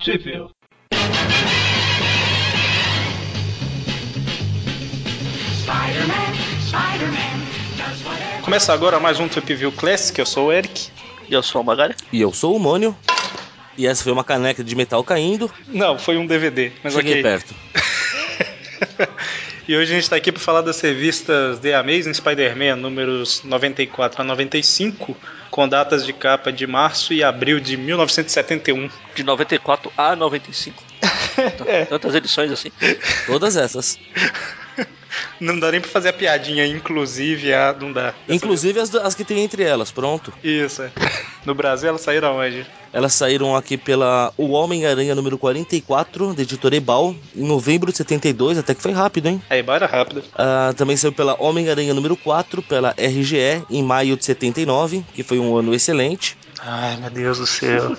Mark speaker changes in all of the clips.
Speaker 1: Tipo. Começa agora mais um Trip View Classic, eu sou o Eric.
Speaker 2: E eu sou o Magari.
Speaker 3: E eu sou o Mônio. E essa foi uma caneca de metal caindo.
Speaker 1: Não, foi um DVD, mas
Speaker 3: Cheguei
Speaker 1: ok.
Speaker 3: perto.
Speaker 1: E hoje a gente tá aqui para falar das revistas The Amazing Spider-Man, números 94 a 95, com datas de capa de março e abril de 1971.
Speaker 2: De 94 a 95.
Speaker 1: É.
Speaker 2: Tantas edições assim.
Speaker 3: Todas essas.
Speaker 1: Não dá nem pra fazer a piadinha, inclusive a. Não dá. Dessa
Speaker 3: Inclusive as, as que tem entre elas, pronto.
Speaker 1: vez. Isso, é. No Brasil elas saíram aonde?
Speaker 3: Elas saíram aqui pela O Homem-Aranha número 44, da editora Ebal, em novembro de 72, até que foi rápido, hein?
Speaker 1: Aí, bora rápido.
Speaker 3: Ah, também saiu pela Homem-Aranha número 4, pela RGE, em maio de 79, que foi um ano excelente.
Speaker 1: Ai, meu Deus do céu.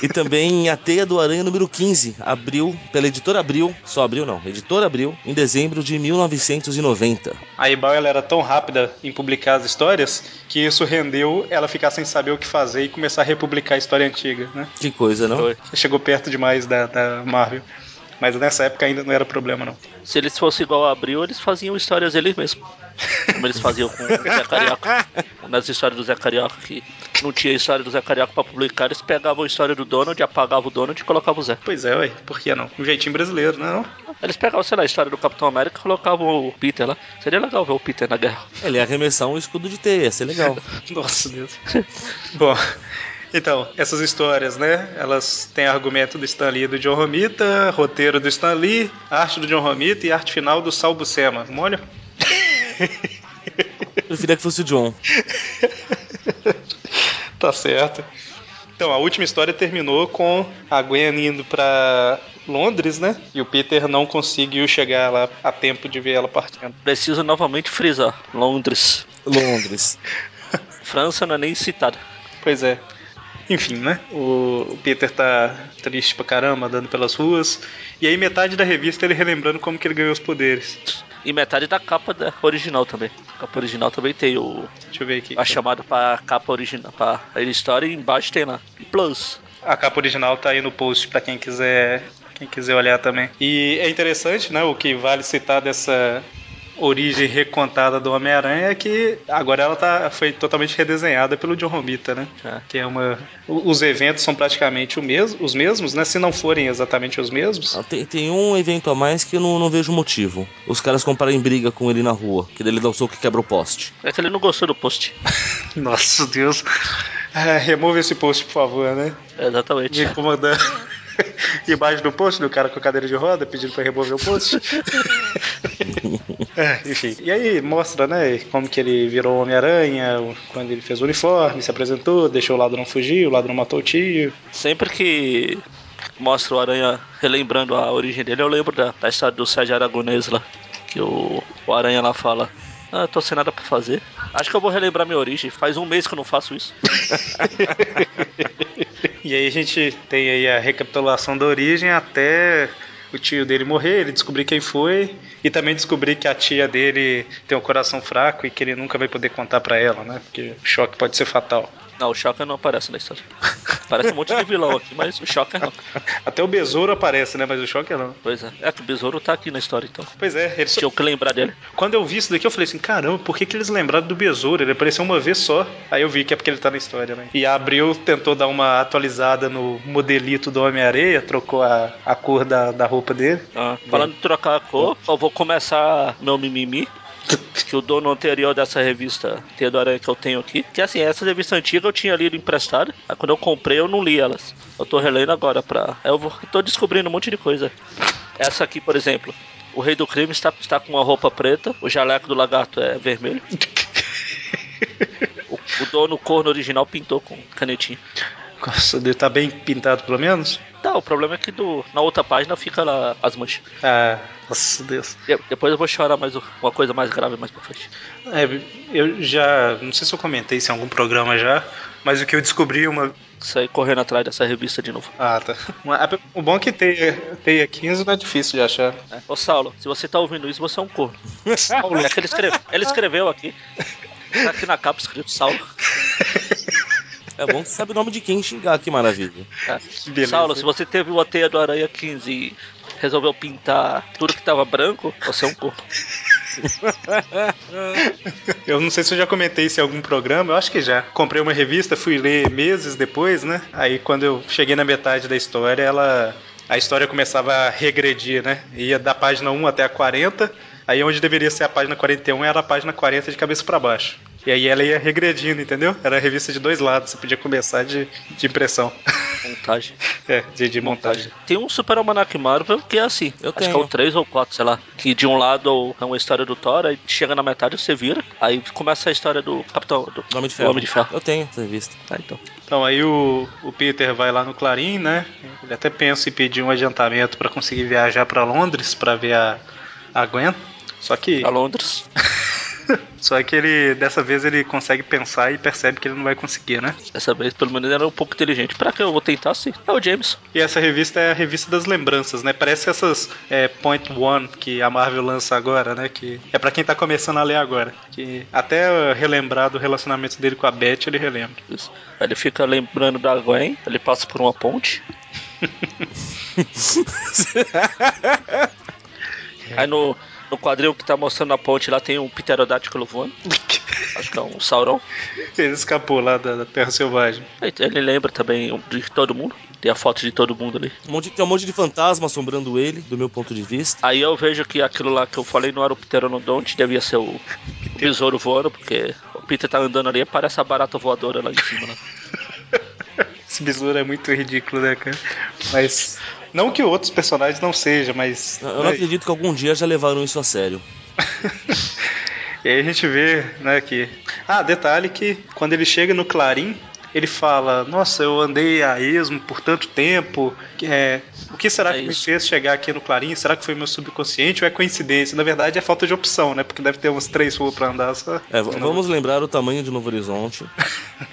Speaker 3: E também A Teia do Aranha número 15, abril, pela editora Abril, só abril não, editora Abril, em dezembro de 1990.
Speaker 1: A Ebal ela era tão rápida em publicar as histórias que isso rendeu ela ficar sem saber o que fazer e começar a republicar a história antiga, né?
Speaker 3: Que coisa, não?
Speaker 2: Foi.
Speaker 1: Chegou perto demais da, da Marvel. Mas nessa época ainda não era problema, não.
Speaker 2: Se eles fossem igual a Abril, eles faziam histórias eles mesmos. Como eles faziam com o Zé Carioca. Nas histórias do Zé Carioca, que não tinha história do Zé Carioca pra publicar, eles pegavam a história do Donald, apagavam o Donald e colocavam o Zé.
Speaker 1: Pois é, ué, por que não? Um jeitinho brasileiro, né? Não?
Speaker 2: Eles pegavam, sei lá, a história do Capitão América e colocavam o Peter lá. Seria legal ver o Peter na guerra.
Speaker 3: Ele ia arremessar um escudo de teia, ia ser legal.
Speaker 1: Nossa, Deus. Bom, então, essas histórias, né? Elas têm argumento do Stan Lee e do John Romita, roteiro do Stan Lee, arte do John Romita e arte final do Sal Buscema. Molho?
Speaker 3: Eu preferia que fosse o John.
Speaker 1: Tá certo. Então, a última história terminou com a Gwen indo pra Londres, né? E o Peter não conseguiu chegar lá a tempo de ver ela partindo.
Speaker 2: Preciso novamente frisar: Londres.
Speaker 3: Londres.
Speaker 2: França não é nem citada.
Speaker 1: Pois é. Enfim, né? O o Peter tá triste pra caramba, andando pelas ruas. E aí, metade da revista ele relembrando como que ele ganhou os poderes.
Speaker 2: E metade da capa da original também. A capa original também tem o,
Speaker 1: Deixa eu ver aqui.
Speaker 2: a chamada pra capa original, pra história, e embaixo tem lá. Plus.
Speaker 1: A capa original tá aí no post pra quem quiser, quem quiser olhar também. E é interessante, né, o que vale citar dessa origem recontada do Homem-Aranha é que agora ela tá foi totalmente redesenhada pelo John Romita, né?
Speaker 2: É.
Speaker 1: Que é uma o- os eventos são praticamente o mesmo, os mesmos, né, se não forem exatamente os mesmos.
Speaker 3: Ah, Tem, tem um evento a mais que eu não, não vejo motivo. Os caras comprarem briga com ele na rua, que daí ele dá o soco que quebra o poste.
Speaker 2: É que ele não gostou do post.
Speaker 1: Nossa, Deus. Ah, remove esse post, por favor, né?
Speaker 2: Exatamente.
Speaker 1: Me incomodando. Embaixo do post do cara com a cadeira de roda pedindo pra remover o post. É, Enfim. E aí mostra, né, como que ele virou Homem-Aranha, o- quando ele fez o uniforme, se apresentou, deixou o ladrão fugir, o ladrão matou o tio.
Speaker 2: Sempre que mostra o Aranha relembrando a origem dele, eu lembro da, da história do Sérgio Aragonês lá. Que o, o Aranha lá fala. Ah, eu tô sem nada pra fazer. Acho que eu vou relembrar minha origem. Faz um mês que eu não faço isso.
Speaker 1: E aí a gente tem aí a recapitulação da origem até o tio dele morrer, ele descobrir quem foi e também descobrir que a tia dele tem um coração fraco e que ele nunca vai poder contar pra ela, né? Porque o choque pode ser fatal.
Speaker 2: Não, o Shocker não aparece na história. Parece um monte de vilão aqui, mas o Shocker não.
Speaker 1: Até o besouro aparece, né? Mas o choque não.
Speaker 2: Pois é. É que o Besouro tá aqui na história, então.
Speaker 1: Pois é, ele só-
Speaker 2: Tinha que lembrar dele.
Speaker 1: quando eu vi isso daqui, eu falei assim: caramba, por que, que eles lembraram do Besouro? Ele apareceu uma vez só. Aí eu vi que é porque ele tá na história, né? E a Abril tentou dar uma atualizada no modelito do Homem-Areia, trocou a, a cor da, da roupa dele.
Speaker 2: Ah, falando em trocar a cor, eu vou começar meu mimimi. Que o dono anterior dessa revista, Teia do Aranha, que eu tenho aqui. Que assim, essa revista antiga eu tinha lido emprestada. Aí quando eu comprei, eu não li elas. Eu tô relendo agora pra. aí Eu vou... tô descobrindo um monte de coisa. Essa aqui, por exemplo. O Rei do Crime está, está com uma roupa preta. O jaleco do lagarto é vermelho. O, o dono corno original pintou com canetinha.
Speaker 1: Nossa, ele tá bem pintado pelo menos?
Speaker 2: Tá, o problema é que do, na outra página fica lá as manchas.
Speaker 1: Ah, nossa, Deus.
Speaker 2: De- Depois eu vou chorar mais um- uma coisa mais grave mais pra frente.
Speaker 1: É, eu já. Não sei se eu comentei isso em algum programa já, mas o que eu descobri uma.
Speaker 2: Sair correndo atrás dessa revista de novo.
Speaker 1: Ah, tá. Uma- O bom é que teia, teia 15 não é difícil de achar.
Speaker 2: né? Ô Saulo, se você tá ouvindo isso, você é um corno. É que ele, escreve- ele escreveu aqui. Tá aqui na capa escrito Saulo.
Speaker 3: É bom que sabe o nome de quem xingar, que maravilha.
Speaker 2: Tá.
Speaker 1: beleza.
Speaker 2: Saulo, se você teve uma teia do Aranha 15 e resolveu pintar tudo que tava branco, você é um corpo.
Speaker 1: Eu não sei se eu já comentei isso em algum programa, eu acho que já. Comprei uma revista, fui ler meses depois, né? Aí quando eu cheguei na metade da história, ela. A história começava a regredir, né? Ia da página 1 até a 40. Aí onde deveria ser a página 41 era a página 40 de cabeça pra baixo. E aí ela ia regredindo, entendeu? Era a revista de dois lados, você podia começar de, de impressão.
Speaker 2: Montagem.
Speaker 1: É, de, de montagem.
Speaker 2: Tem um Super Almanac Marvel que é assim,
Speaker 3: Eu
Speaker 2: acho que é
Speaker 3: tenho.
Speaker 2: um 3 ou 4, sei lá. Que de um lado é uma história do Thor, aí chega na metade você vira, aí começa a história do Capitão. Do...
Speaker 3: Homem de Ferro.
Speaker 2: Homem de Ferro.
Speaker 3: Eu tenho essa revista.
Speaker 2: Tá, então.
Speaker 1: Então aí o, o Peter vai lá no Clarim, né? Ele até pensa em pedir um adiantamento pra conseguir viajar pra Londres pra ver a, a Gwen. Só que
Speaker 2: A Londres.
Speaker 1: só que ele dessa vez ele consegue pensar e percebe que ele não vai conseguir, né?
Speaker 2: Dessa vez, pelo menos, era um pouco inteligente. Pra que eu vou tentar sim? É o James.
Speaker 1: E essa revista é a revista das lembranças, né? Parece essas é, Point One que a Marvel lança agora, né? Que é pra quem tá começando a ler agora. Que até relembrar do relacionamento dele com a Beth, ele relembra.
Speaker 2: Isso. Aí Ele fica lembrando da Gwen, ele passa por uma ponte. Aí no, no quadril que tá mostrando a ponte lá tem um pterodátilo voando. Acho que é um Sauron.
Speaker 1: Ele escapou lá da, da Terra Selvagem.
Speaker 2: Aí Ele lembra também um, de todo mundo. Tem a foto de todo mundo ali.
Speaker 3: Um monte- tem um monte de fantasma assombrando ele, do meu ponto de vista.
Speaker 2: Aí eu vejo que aquilo lá que eu falei não era o pteranodonte, devia ser o, o besouro voando, porque o Peter tá andando ali e parece a barata voadora lá em cima. né? Lá.
Speaker 1: Esse besouro é muito ridículo, né, cara? Mas. Não que outros personagens não sejam, mas.
Speaker 3: Eu não
Speaker 1: né,
Speaker 3: acredito que algum dia já levaram isso a sério.
Speaker 1: E aí a gente vê, né, que. Ah, detalhe que quando ele chega no Clarim, ele fala: Nossa, eu andei a esmo por tanto tempo. que É... O que será
Speaker 2: É
Speaker 1: que
Speaker 2: isso.
Speaker 1: me fez chegar aqui no Clarim? Será que foi meu subconsciente ou é coincidência? Na verdade, é falta de opção, né? Porque deve ter umas três ruas pra andar só.
Speaker 3: É, v- vamos lembrar o tamanho de Novo Horizonte.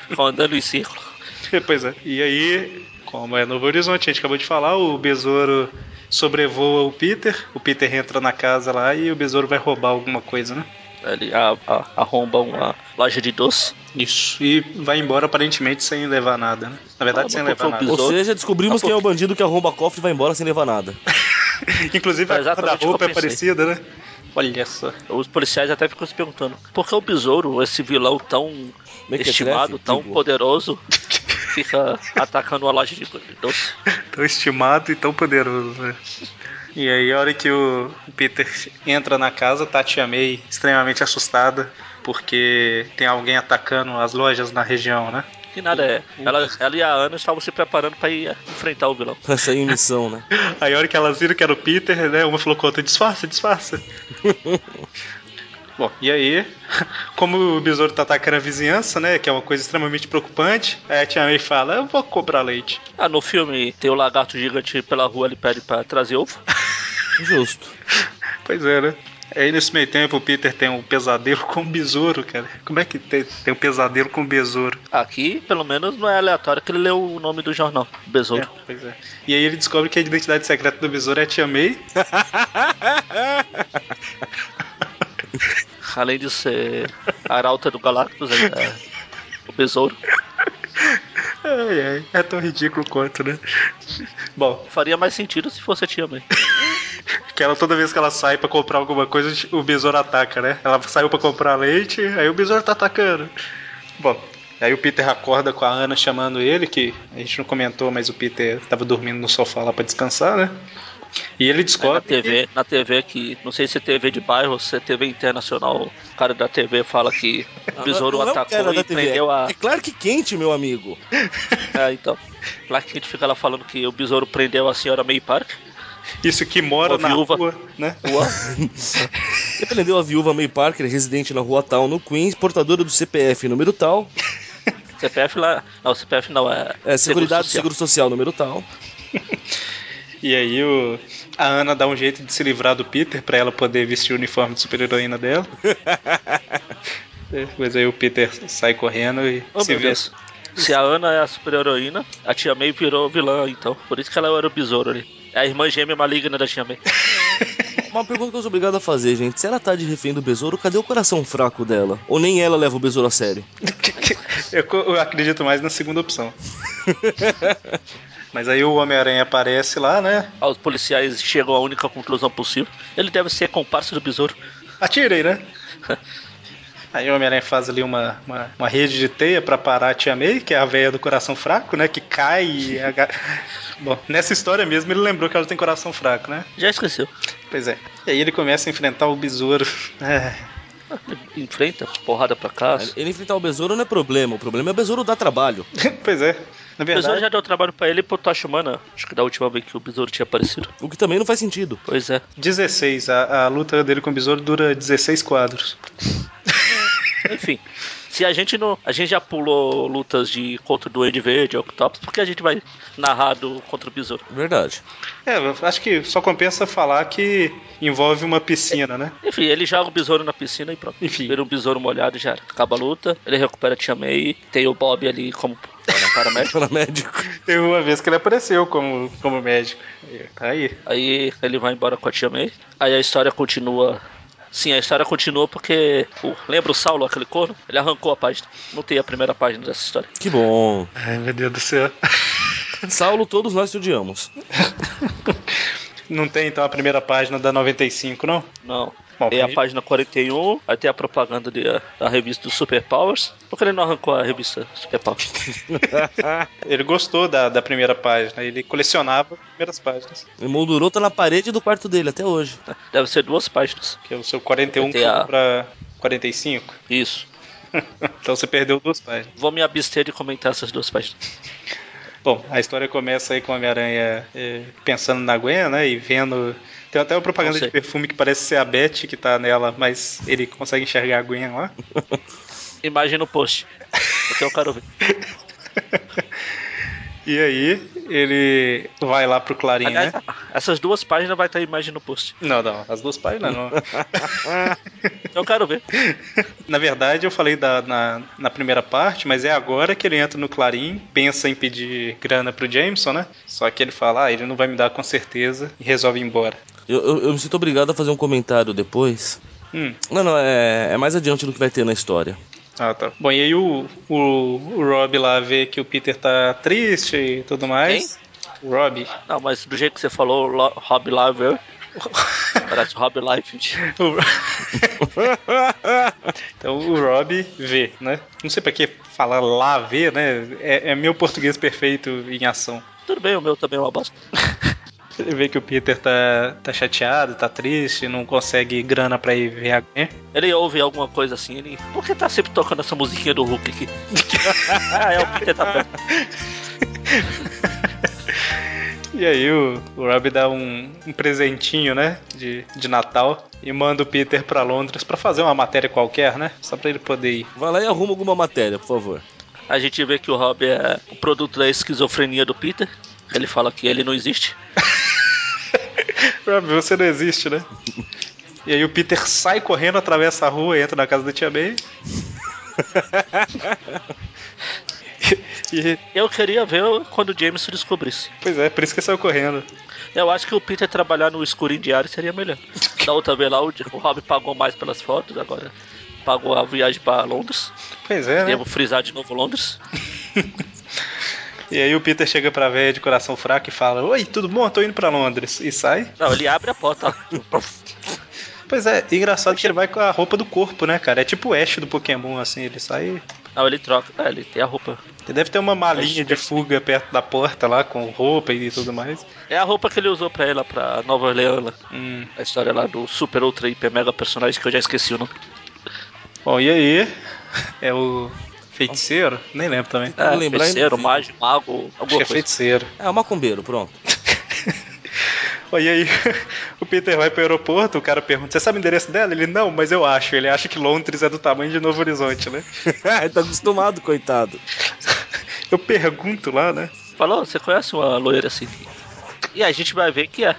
Speaker 2: Ficam andando em círculo.
Speaker 1: pois é. E aí, como é Novo Horizonte, a gente acabou de falar, o besouro sobrevoa o Peter, o Peter entra na casa lá e o besouro vai roubar alguma coisa, né?
Speaker 2: Ele a- a- arromba uma loja de doce.
Speaker 1: Isso. E vai embora aparentemente sem levar nada, né? Na verdade,
Speaker 2: Ah,
Speaker 1: sem
Speaker 2: mas
Speaker 1: levar
Speaker 2: qual foi o
Speaker 1: nada.
Speaker 3: Ou
Speaker 2: Besouro.
Speaker 3: seja, descobrimos
Speaker 2: Ah, pô.
Speaker 3: quem é o bandido que arromba cofre e vai embora sem levar nada.
Speaker 1: Inclusive
Speaker 2: Foi
Speaker 1: a cor da
Speaker 2: exatamente o que eu
Speaker 1: roupa é
Speaker 2: pensei.
Speaker 1: parecida, né? Olha só.
Speaker 2: Os policiais até ficam se perguntando por que o besouro, esse vilão tão
Speaker 3: Mequetrefe,
Speaker 2: estimado, tá um tão
Speaker 3: digo.
Speaker 2: poderoso, fica atacando uma loja de de doce.
Speaker 1: Tão estimado e tão poderoso, né? E aí, a hora que o Peter entra na casa, tá a Tia May extremamente assustada, porque tem alguém atacando as lojas na região, né?
Speaker 2: Que nada é. Ela, ela e a Ana estavam se preparando pra ir enfrentar o vilão.
Speaker 3: Pra sair em missão, Tipo, né?
Speaker 1: Aí a hora que elas viram que era o Peter, né? Uma falou com a outra, disfarça, disfarça. Bom, e aí, como o besouro tá atacando a vizinhança, né? Que é uma coisa extremamente preocupante, aí a Tia May fala, eu vou cobrar leite.
Speaker 2: Ah, no filme tem o lagarto gigante pela rua, ele pede pra trazer ovo.
Speaker 3: Justo.
Speaker 1: Pois é, né? Aí nesse meio tempo o Peter tem um pesadelo com o besouro, cara. Como é que tem, tem um pesadelo com o besouro?
Speaker 2: Aqui, pelo menos, não é aleatório que ele leu o nome do jornal, Besouro.
Speaker 1: Pois é. E aí ele descobre que a identidade secreta do besouro é a Tia May.
Speaker 2: Além de ser arauta do Galactus, ele é o Besouro.
Speaker 1: Ai, ai, é tão ridículo quanto, né? Bom,
Speaker 2: Faria mais sentido se fosse a Tia May.
Speaker 1: que ela toda vez que ela sai pra comprar alguma coisa, o besouro ataca, né? Ela saiu pra comprar leite, aí o besouro tá atacando. Bom, aí o Peter acorda com a Ana chamando ele, que a gente não comentou, mas o Peter tava dormindo no sofá lá pra descansar, né? E ele
Speaker 2: Aí na
Speaker 1: descobre que-
Speaker 2: TV, na TV que, não sei se é TV de bairro ou se é TV internacional, o cara da TV fala que o besouro
Speaker 3: Não é o
Speaker 2: atacou
Speaker 3: cara da
Speaker 2: e
Speaker 3: TV,
Speaker 2: prendeu a.
Speaker 3: É claro que quente, meu amigo.
Speaker 2: É, então. Lá que a gente fica lá falando que o besouro prendeu a senhora May Park.
Speaker 1: Isso que mora na
Speaker 2: Uma viúva.
Speaker 1: rua, né?
Speaker 2: Uau.
Speaker 3: Ele prendeu a viúva May Parker, residente na rua tal, no Queens, portadora do CPF número tal,
Speaker 2: CPF lá. Não, CPF não, é.
Speaker 3: é, Seguridade
Speaker 2: Social.
Speaker 3: Seguro Social número tal.
Speaker 1: E aí o, a Ana dá um jeito de se livrar do Peter pra ela poder vestir o uniforme de super-heroína dela. É, Mas aí o Peter sai correndo e
Speaker 2: Ô,
Speaker 1: se
Speaker 2: meu
Speaker 1: vê.
Speaker 2: Deus. Se a Ana é a super-heroína, a Tia May virou vilã, então. Por isso que ela era o besouro ali. É a irmã gêmea maligna da Tia May.
Speaker 3: uma pergunta que eu sou obrigado a fazer, gente. Se ela tá de refém do besouro, cadê o coração fraco dela? Ou nem ela leva o besouro a sério?
Speaker 1: Eu, co- eu acredito mais na segunda opção. Mas aí o Homem-Aranha aparece lá, né?
Speaker 2: Ah, Os policiais chegam à única conclusão possível. Ele deve ser comparsa do besouro.
Speaker 1: Atirei, né? Aí o Homem-Aranha faz ali uma, uma, uma rede de teia pra parar a Tia May, que é a velha do coração fraco, né? Que cai e... aga- Bom, nessa história mesmo ele lembrou que ela tem coração fraco, né?
Speaker 2: Já esqueceu.
Speaker 1: Pois é. E aí ele começa a enfrentar o besouro. É.
Speaker 2: Ele enfrenta, porrada pra cá.
Speaker 3: Ele enfrentar o besouro não é problema. O problema é o besouro dar trabalho.
Speaker 1: pois é. Na
Speaker 2: O besouro
Speaker 1: verdade,
Speaker 2: já deu trabalho pra ele e pro Tachumana. Acho que da última vez que o besouro tinha aparecido.
Speaker 3: O que também não faz sentido.
Speaker 2: Pois é.
Speaker 1: 16. A, a luta dele com o besouro dura 16 quadros.
Speaker 2: Enfim, se a gente não. A gente já pulou lutas de contra o Duende Verde, Octopus, porque a gente vai narrar do contra o besouro.
Speaker 3: Verdade.
Speaker 1: É, eu acho que só compensa falar que envolve uma piscina, né?
Speaker 2: Enfim, ele joga o besouro na piscina e pronto.
Speaker 1: Enfim.
Speaker 2: Vira um besouro molhado e já era. Acaba a luta, ele recupera a Tia May, tem o Bob ali como né, paramédico.
Speaker 3: Paramédico.
Speaker 1: Teve uma vez que ele apareceu como, como médico. Aí, Tá aí.
Speaker 2: Aí ele vai embora com a Tia May. Aí a história continua. Sim, a história continua porque. pô, lembra o Saulo, aquele corno? Ele arrancou a página. Não tem a primeira página dessa história.
Speaker 3: Que bom.
Speaker 1: Ai, meu Deus do céu.
Speaker 3: Saulo, todos nós te odiamos.
Speaker 1: Não tem então a primeira página da 95, não?
Speaker 2: Não.
Speaker 1: Bom,
Speaker 2: tem a
Speaker 1: primeiro-
Speaker 2: página 41, aí tem a propaganda de- da revista do Super Powers. Por que ele não arrancou a revista Super Powers?
Speaker 1: Ele gostou da, da primeira página, ele colecionava as primeiras páginas,
Speaker 3: Emoldurou tá na parede do quarto dele até hoje.
Speaker 2: Deve ser duas páginas.
Speaker 1: que é o seu 41
Speaker 2: Tem a-
Speaker 1: para 45.
Speaker 2: Isso.
Speaker 1: Então você perdeu duas páginas.
Speaker 2: Vou me abster de comentar essas duas páginas.
Speaker 1: Bom, a história começa aí com o Homem-Aranha é, pensando na Gwen, né? E vendo. Tem até uma propaganda
Speaker 2: Não sei.
Speaker 1: de perfume que parece ser a Beth que tá nela, mas ele consegue enxergar a Gwen lá.
Speaker 2: Imagem no post. Porque eu quero ver.
Speaker 1: E aí ele vai lá pro Clarim, né?
Speaker 2: Aliás, essas duas páginas vai estar a imagem no post.
Speaker 1: Não, não, as duas páginas não.
Speaker 2: Então Eu quero ver.
Speaker 1: na verdade, eu falei da- na, na primeira parte, mas é agora que ele entra no Clarim, pensa em pedir grana pro Jameson, né? Só que ele fala, ah, ele não vai me dar com certeza, e resolve ir embora.
Speaker 3: Eu, eu- eu me sinto obrigado a fazer um comentário depois.
Speaker 1: Hum,
Speaker 3: Não, não, é, é mais adiante do que vai ter na história.
Speaker 1: ah, tá. Bom, e aí o, o, o Rob lá vê que o Peter tá triste e tudo mais. O Rob.
Speaker 2: Não, mas do jeito que você falou, Lo- Rob Live. Parece Rob Life.
Speaker 1: O Ro- então o Rob vê, né? Não sei pra que falar lá vê, né? É, é meu português perfeito em ação.
Speaker 2: Tudo bem, o meu também é uma bosta.
Speaker 1: Ele vê que o Peter tá, tá chateado, tá triste, não consegue grana pra ir ver a Gwen.
Speaker 2: Ele ouve alguma coisa assim, ele. Por que tá sempre tocando essa musiquinha do Hulk aqui? ah, é o Peter tá perto.
Speaker 1: E aí o, o Rob dá um, um presentinho, né? De, de Natal e manda o Peter pra Londres pra fazer uma matéria qualquer, né? Só pra ele poder ir.
Speaker 3: Vai lá e arruma alguma matéria, por favor.
Speaker 2: A gente vê que o Rob é o produto da esquizofrenia do Peter. Ele fala que ele não existe.
Speaker 1: Rob, você não existe, né? E aí o Peter sai correndo, atravessa a rua, entra na casa da tia May. E,
Speaker 2: Eu queria ver quando o Jameson descobrisse.
Speaker 1: pois é, por isso que saiu correndo.
Speaker 2: Eu acho que o Peter trabalhar no escurinho diário seria melhor. Da outra vez lá, o, o Rob pagou mais pelas fotos, agora pagou a viagem pra Londres.
Speaker 1: Pois é, né?
Speaker 2: Devo frisar de novo Londres.
Speaker 1: E aí o Peter chega pra véia de coração fraco e fala: Oi, tudo bom? Eu tô indo pra Londres. E sai.
Speaker 2: Não, ele abre a porta.
Speaker 1: Pois é, e engraçado que ele vai com a roupa do corpo, né, cara? É tipo o Ash do Pokémon, assim, ele sai.
Speaker 2: Não, ele troca. Ah, ele tem a roupa.
Speaker 1: Ele deve ter uma malinha de fuga perto da porta lá, com roupa e tudo mais.
Speaker 2: É a roupa que ele usou pra ela, pra Nova Orleans. lá.
Speaker 1: Hum.
Speaker 2: A história lá do super, ultra, hiper, mega personagem que eu já esqueci o nome.
Speaker 1: Bom, e aí? É o feiticeiro? Nem lembro também.
Speaker 3: Eu
Speaker 2: É,
Speaker 3: lembrar,
Speaker 2: feiticeiro,
Speaker 3: não
Speaker 2: mágico, mago,
Speaker 1: Acho que
Speaker 2: alguma
Speaker 1: é
Speaker 2: coisa. assim.
Speaker 1: feiticeiro.
Speaker 3: É, o macumbeiro, pronto.
Speaker 1: Bom, e aí o Peter vai pro aeroporto, o cara pergunta: Você sabe o endereço dela? Ele: Não, mas eu acho. Ele acha que Londres é do tamanho de Novo Horizonte, né?
Speaker 3: Ele tá acostumado, coitado.
Speaker 1: Eu pergunto lá, né?
Speaker 2: Falou, você conhece uma loira assim? E a gente vai ver que é.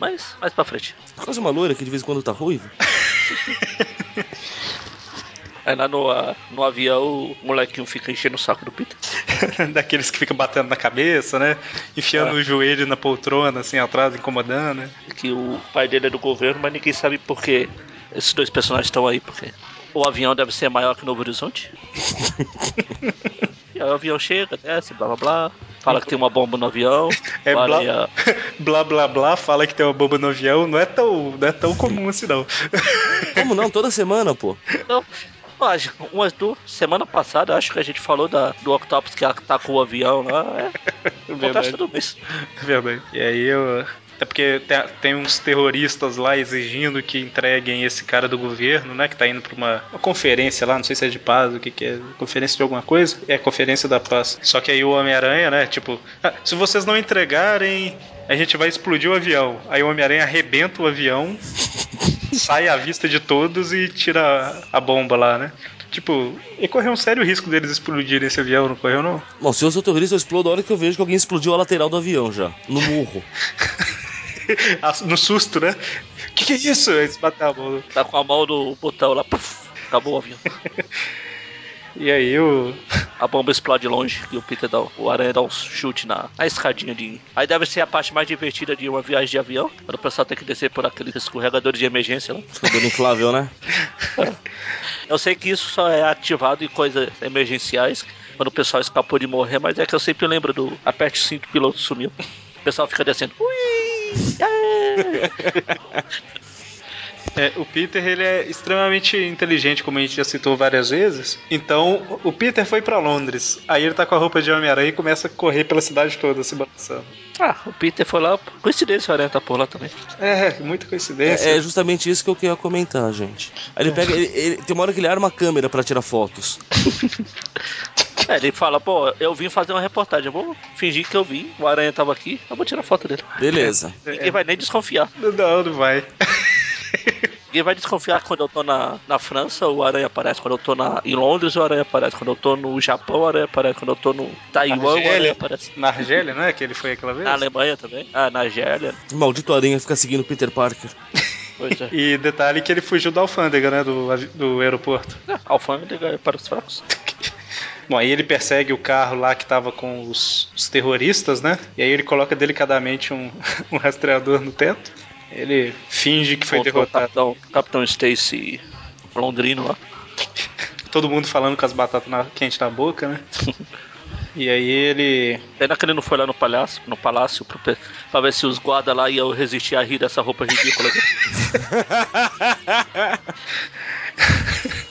Speaker 2: Mas mais pra frente.
Speaker 3: Quase uma loira que de vez em quando tá ruiva.
Speaker 2: Aí lá no, ah, no avião o molequinho fica enchendo o saco do Peter.
Speaker 1: Daqueles que ficam batendo na cabeça, né? Enfiando o joelho na poltrona, assim, atrás, incomodando, né?
Speaker 2: Que o pai dele é do governo, mas ninguém sabe por que esses dois personagens estão aí, porque o avião deve ser maior que o Novo Horizonte. e aí o avião chega, desce, blá blá blá. Fala que tem uma bomba no avião.
Speaker 1: É
Speaker 2: fala
Speaker 1: blá,
Speaker 2: aí, ah. ó,
Speaker 1: blá blá blá, fala que tem uma bomba no avião, não é tão, não é tão comum assim não.
Speaker 3: Como não? Toda semana, pô.
Speaker 2: Então, mas umas duas. Semana passada, acho que a gente falou da, do Octopus que atacou o avião lá. É, acontece
Speaker 1: Verdade.
Speaker 2: tudo isso.
Speaker 1: É verdade. E aí eu. Até porque te- tem uns terroristas lá exigindo que entreguem esse cara do governo, né? Que tá indo pra uma, uma conferência lá, não sei se é de paz, o que, que é. Conferência de alguma coisa? É, conferência da paz. Só que aí o Homem-Aranha, né? Tipo, "Ah, se vocês não entregarem, a gente vai explodir o avião. Aí o Homem-Aranha arrebenta o avião, sai à vista de todos e tira a bomba lá, né? Tipo, e correu um sério risco deles explodirem esse avião, não correu não?
Speaker 3: Bom, se eu sou terrorista, eu explodo a hora que eu vejo que alguém explodiu a lateral do avião já. No murro.
Speaker 1: Ass- No susto, né? O que, que é isso? Eles bateram a bola.
Speaker 2: Tá com a mão do botão lá, puf, acabou o avião.
Speaker 1: E aí o.
Speaker 2: A bomba explode longe e o Peter dá o aranha dá um chute na, na escadinha de. Aí deve ser a parte mais divertida de uma viagem de avião. Quando o pessoal tem que descer por aqueles escorregadores de emergência lá.
Speaker 3: Cabelo Tá inflável, né?
Speaker 2: Eu sei que isso só é ativado em coisas emergenciais, quando o pessoal escapou de morrer, mas é que eu sempre lembro do aperte o cinto, o piloto sumiu. O pessoal fica descendo. Ui! é.
Speaker 1: É, o Peter ele é extremamente inteligente, como a gente já citou várias vezes. Então, o Peter foi pra Londres. Aí ele tá com a roupa de Homem-Aranha e começa a correr pela cidade toda, se balançando.
Speaker 2: Ah, o Peter foi lá, coincidência, o aranha tá por lá também.
Speaker 1: É, muita coincidência.
Speaker 3: É, é justamente isso que eu queria comentar, gente. Aí ele pega. Ele, ele- tem uma hora que ele arma a câmera pra tirar fotos.
Speaker 2: É, ele fala, pô, eu vim fazer uma reportagem, eu vou fingir que eu vim, o aranha tava aqui, eu vou tirar foto dele.
Speaker 3: Beleza.
Speaker 2: Ninguém vai nem desconfiar.
Speaker 1: Não, não vai.
Speaker 2: Ninguém vai desconfiar quando eu tô na, na França, o Aranha aparece. Quando eu tô na, em Londres, o Aranha aparece. Quando eu tô no Japão, o Aranha aparece. Quando eu tô no Taiwan, o
Speaker 1: Argélia.
Speaker 2: Aranha aparece.
Speaker 1: Na Argélia, não é que ele foi aquela vez?
Speaker 2: Na Alemanha também. Ah, na Argélia.
Speaker 3: Que maldito aranha fica seguindo o Peter Parker.
Speaker 2: Pois é.
Speaker 1: E detalhe que ele fugiu da alfândega, né? Do, avi- do aeroporto.
Speaker 2: Ah, Alfândega é para os fracos.
Speaker 1: Bom, aí ele persegue o carro lá que tava com os, os terroristas, né? E aí ele coloca delicadamente um, um rastreador no teto. Ele finge que foi
Speaker 2: Contra o
Speaker 1: derrotado.
Speaker 2: Capitão, Capitão Stacy Londrino lá.
Speaker 1: Todo mundo falando com as batatas na, quentes na boca, né? e aí ele.
Speaker 2: Pena que ele não foi lá no palácio, no palácio pro pe- pra ver se os guardas lá iam resistir a rir dessa roupa ridícula.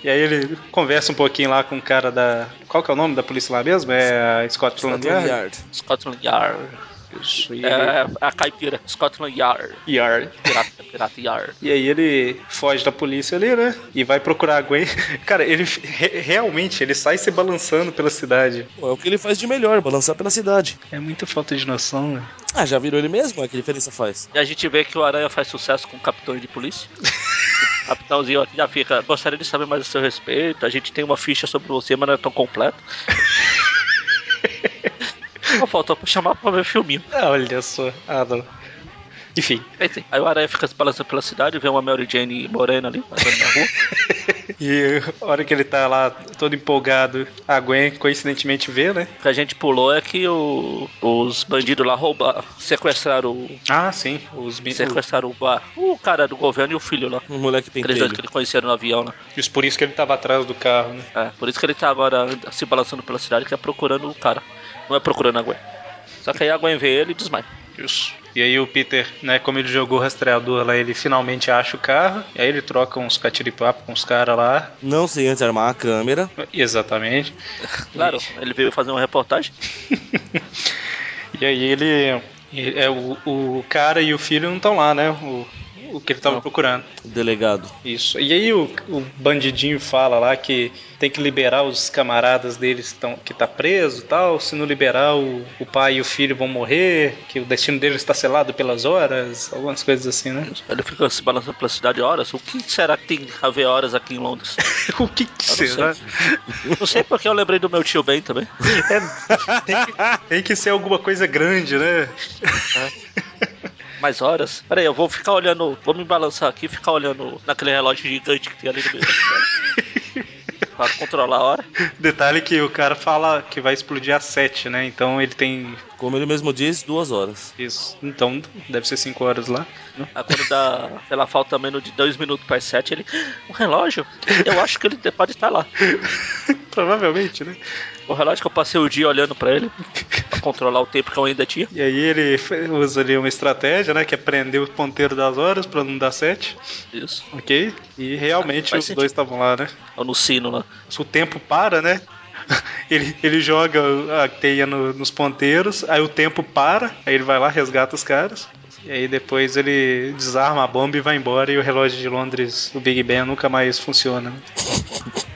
Speaker 1: E aí ele conversa um pouquinho lá com o cara da. Qual que é o nome da polícia lá mesmo? É a Scotland Yard?
Speaker 3: um Yard.
Speaker 2: Scotland Yard.
Speaker 1: Isso, e ele-
Speaker 2: É, a caipira. Scotland Yard.
Speaker 1: Yard.
Speaker 2: Pirata, pirata Yard.
Speaker 1: E aí ele foge da polícia ali, né? E vai procurar a Gwen. Cara, ele re- realmente ele sai se balançando pela cidade.
Speaker 3: Pô, É o que ele faz de melhor, balançar pela cidade.
Speaker 1: É muita falta de noção, né?
Speaker 3: Ah, já virou ele mesmo? É que diferença faz?
Speaker 2: E a gente vê que o Aranha faz sucesso com capitões de polícia. O Capitãozinho aqui já fica. Gostaria de saber mais a seu respeito. A gente tem uma ficha sobre você, mas não é tão completa. Só faltou pra chamar pra ver filminho.
Speaker 1: Olha só. Ah, não. Enfim.
Speaker 2: Enfim, Aí o Aranha fica se balançando pela cidade, vê uma Mary Jane morena ali, andando na rua.
Speaker 1: E a hora que ele tá lá todo empolgado, a Gwen coincidentemente vê, né?
Speaker 2: O que a gente pulou é que o- os bandidos lá roubaram, sequestraram, o-
Speaker 1: Ah, sim. Os, bi-
Speaker 2: sequestraram o bar. O cara do governo e o filho lá.
Speaker 3: Um moleque
Speaker 2: Aqueles dois
Speaker 3: pentelho.
Speaker 2: que eles conheceram no avião lá.
Speaker 1: os- por isso que ele tava atrás do carro, né?
Speaker 2: É, por isso que ele tá agora and- se balançando pela cidade, que é procurando o cara. Não é procurando a Gwen. Só que aí a Gwen vê ele e desmaia.
Speaker 1: Isso. E aí o Peter, né, como ele jogou o rastreador lá, ele finalmente acha o carro. E aí ele troca uns catiripapo com os caras lá.
Speaker 3: Não sei antes armar a câmera.
Speaker 1: Exatamente.
Speaker 2: Claro, ele veio fazer uma reportagem.
Speaker 1: E aí ele. ele- É, o, o cara e o filho não estão lá, né? O, o que ele tava
Speaker 3: Não.
Speaker 1: procurando.
Speaker 3: Delegado.
Speaker 1: Isso. E aí o, o bandidinho fala lá que tem que liberar os camaradas deles que tão, que tá preso e tal. Se não liberar, o, o pai e o filho vão morrer, que o destino deles está selado pelas horas, algumas coisas assim, né?
Speaker 2: Ele fica se balançando pela cidade horas. O que será que tem a ver horas aqui em Londres?
Speaker 1: o que, que né?
Speaker 2: Eu não
Speaker 1: será?
Speaker 2: Não sei porque eu lembrei do meu tio Ben também.
Speaker 1: É, tem, que, tem que ser alguma coisa grande, né?
Speaker 2: É. Mais horas. Peraí, eu vou ficar olhando, vou me balançar aqui e ficar olhando naquele relógio gigante que tem ali no meio. da cidade. Pra controlar a hora.
Speaker 1: Detalhe que o cara fala que vai explodir às 7, né? Então ele tem.
Speaker 3: Como ele mesmo diz, duas horas.
Speaker 1: Isso. Então deve ser 5 horas lá.
Speaker 2: Aí quando dá, sei lá, falta menos de dois minutos para as 7, ele. O relógio? Eu acho que ele pode estar lá.
Speaker 1: Provavelmente, né?
Speaker 2: O relógio que eu passei o dia olhando pra ele, pra controlar o tempo que eu ainda tinha.
Speaker 1: E aí ele fe- usa ali uma estratégia, né? Que é prender o ponteiro das horas pra não dar 7,
Speaker 2: Isso.
Speaker 1: ok? E realmente
Speaker 2: Faz
Speaker 1: os
Speaker 2: sentido.
Speaker 1: dois estavam lá, né?
Speaker 2: Ou no sino lá.
Speaker 1: Se o tempo para, né? Ele, ele joga a teia no- nos ponteiros, aí o tempo para, aí ele vai lá, resgata os caras. E aí depois ele desarma a bomba e vai embora e o relógio de Londres, o Big Ben, nunca mais funciona. né?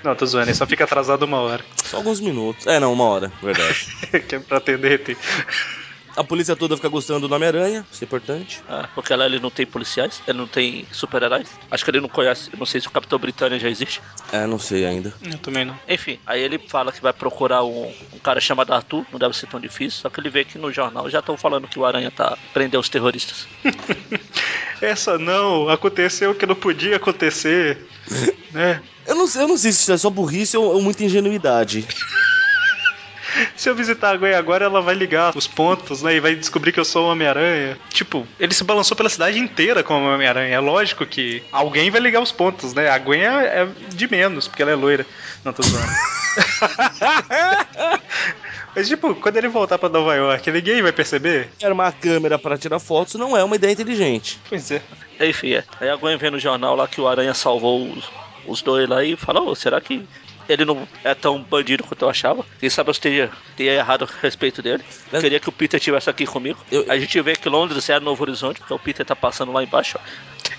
Speaker 1: Não, tô zoando, ele só fica atrasado uma hora,
Speaker 3: Só alguns minutos. É, não, uma hora, verdade.
Speaker 1: que é pra ter derreter.
Speaker 3: A polícia toda fica gostando do Homem-Aranha, isso é importante.
Speaker 2: Ah, porque lá ele não tem policiais, ele não tem super-heróis. Acho que ele não conhece, não sei se o Capitão Britânia já existe.
Speaker 3: É, não sei ainda.
Speaker 1: Eu também não.
Speaker 2: Enfim, aí ele fala que vai procurar um, um cara chamado Arthur, não deve ser tão difícil, só que ele vê que no jornal já estão falando que o Aranha tá prendeu os terroristas.
Speaker 1: Essa não, aconteceu o que não podia acontecer, né?
Speaker 3: Eu não, sei- eu não sei se isso é só burrice ou, ou muita ingenuidade.
Speaker 1: Se eu visitar a Gwen agora, ela vai ligar os pontos, né? E vai descobrir que eu sou o Homem-Aranha. Tipo, ele se balançou pela cidade inteira como Homem-Aranha. É lógico que alguém vai ligar os pontos, né? A Gwen é, é de menos, porque ela é loira. Não, tô zoando. Mas, tipo, quando ele voltar pra Nova York, ninguém vai perceber?
Speaker 3: Armar a câmera para tirar fotos não é uma ideia inteligente.
Speaker 1: Pois é.
Speaker 2: Enfim, é. aí a Gwen vê no jornal lá que o Aranha salvou os, os dois lá e fala, "Ô, será que ele não é tão bandido quanto eu achava? Quem sabe eu esteja, tenha errado a respeito dele.
Speaker 3: Mas-
Speaker 2: Queria que o Peter estivesse aqui comigo.
Speaker 3: Eu-
Speaker 2: A gente vê que Londres é Novo Horizonte, porque o Peter tá passando lá embaixo. ó.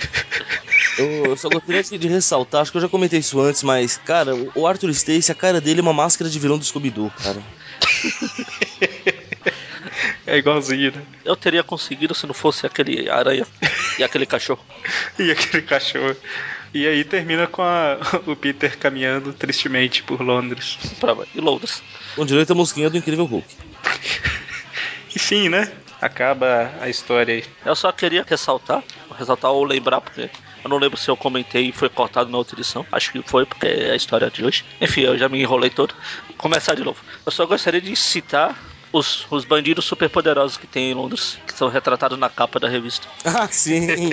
Speaker 3: Eu, eu só gostaria de de ressaltar, acho que eu já comentei isso antes, mas, cara, o- o Arthur Stacy, a cara dele é uma máscara de vilão do Scooby-Doo, cara.
Speaker 1: É igualzinho, né?
Speaker 2: Eu teria conseguido se não fosse aquele aranha e aquele cachorro.
Speaker 1: E aquele cachorro. E aí termina com a- o Peter caminhando tristemente por Londres.
Speaker 2: Pra... E Londres.
Speaker 3: Com direito à mosquinha do Incrível Hulk.
Speaker 1: Enfim, né? Acaba a história aí.
Speaker 2: Eu só queria ressaltar, ressaltar ou lembrar, porque eu não lembro se eu comentei e foi cortado na outra edição. Acho que foi, porque é a história de hoje. Enfim, eu já me enrolei todo. Vou Começar de novo. Eu só gostaria de citar os, os bandidos superpoderosos que tem em Londres, que são retratados na capa da revista.
Speaker 3: Ah, sim!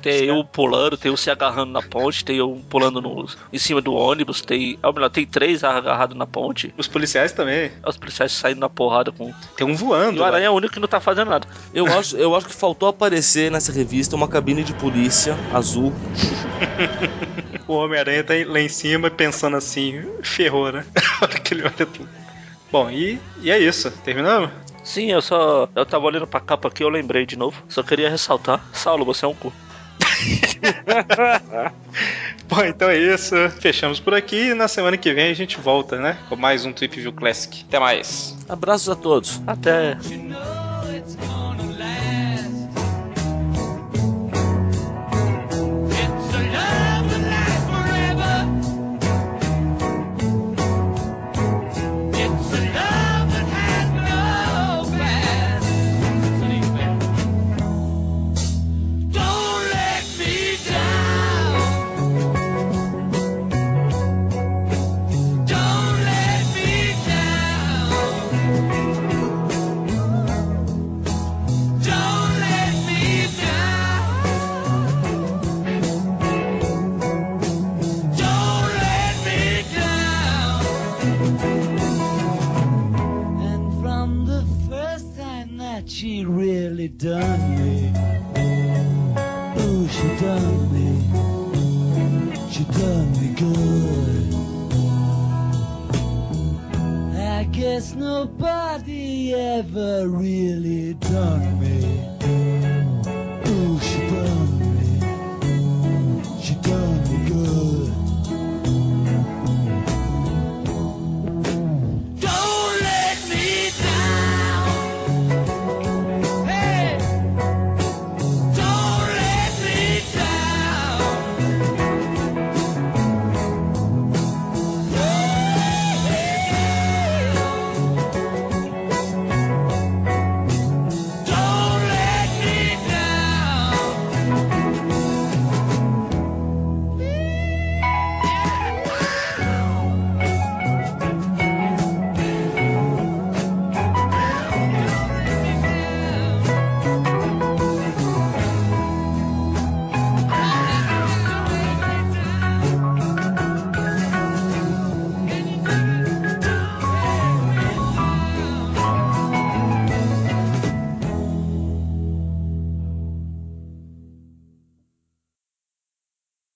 Speaker 2: Tem um pulando, tem um se agarrando na ponte, tem um pulando no, em cima do ônibus, tem. Ou melhor, tem três agarrados na ponte.
Speaker 1: Os policiais também.
Speaker 2: Os policiais saindo na porrada com.
Speaker 1: Tem um
Speaker 2: E
Speaker 1: voando.
Speaker 2: o
Speaker 1: lá.
Speaker 2: Aranha é o único que não tá fazendo nada.
Speaker 3: eu, acho, eu acho que faltou aparecer nessa revista uma cabine de polícia azul.
Speaker 1: O Homem-Aranha tá lá em cima pensando assim, ferrou, né? A hora que ele olha tudo. Bom, e, e é isso. Terminamos?
Speaker 2: Sim, eu só. Eu tava olhando pra capa aqui, eu lembrei de novo. Só queria ressaltar. Saulo, você é um cu.
Speaker 1: Bom, então é isso. Fechamos por aqui e na semana que vem a gente volta, né? Com mais um Trip View Classic. Até mais.
Speaker 3: Abraços a todos.
Speaker 2: Até.
Speaker 4: Don't let me down. Don't let me down. Don't let me down. And from the first time that she really done me, oh, she done me. She done me good. I guess nobody ever really done me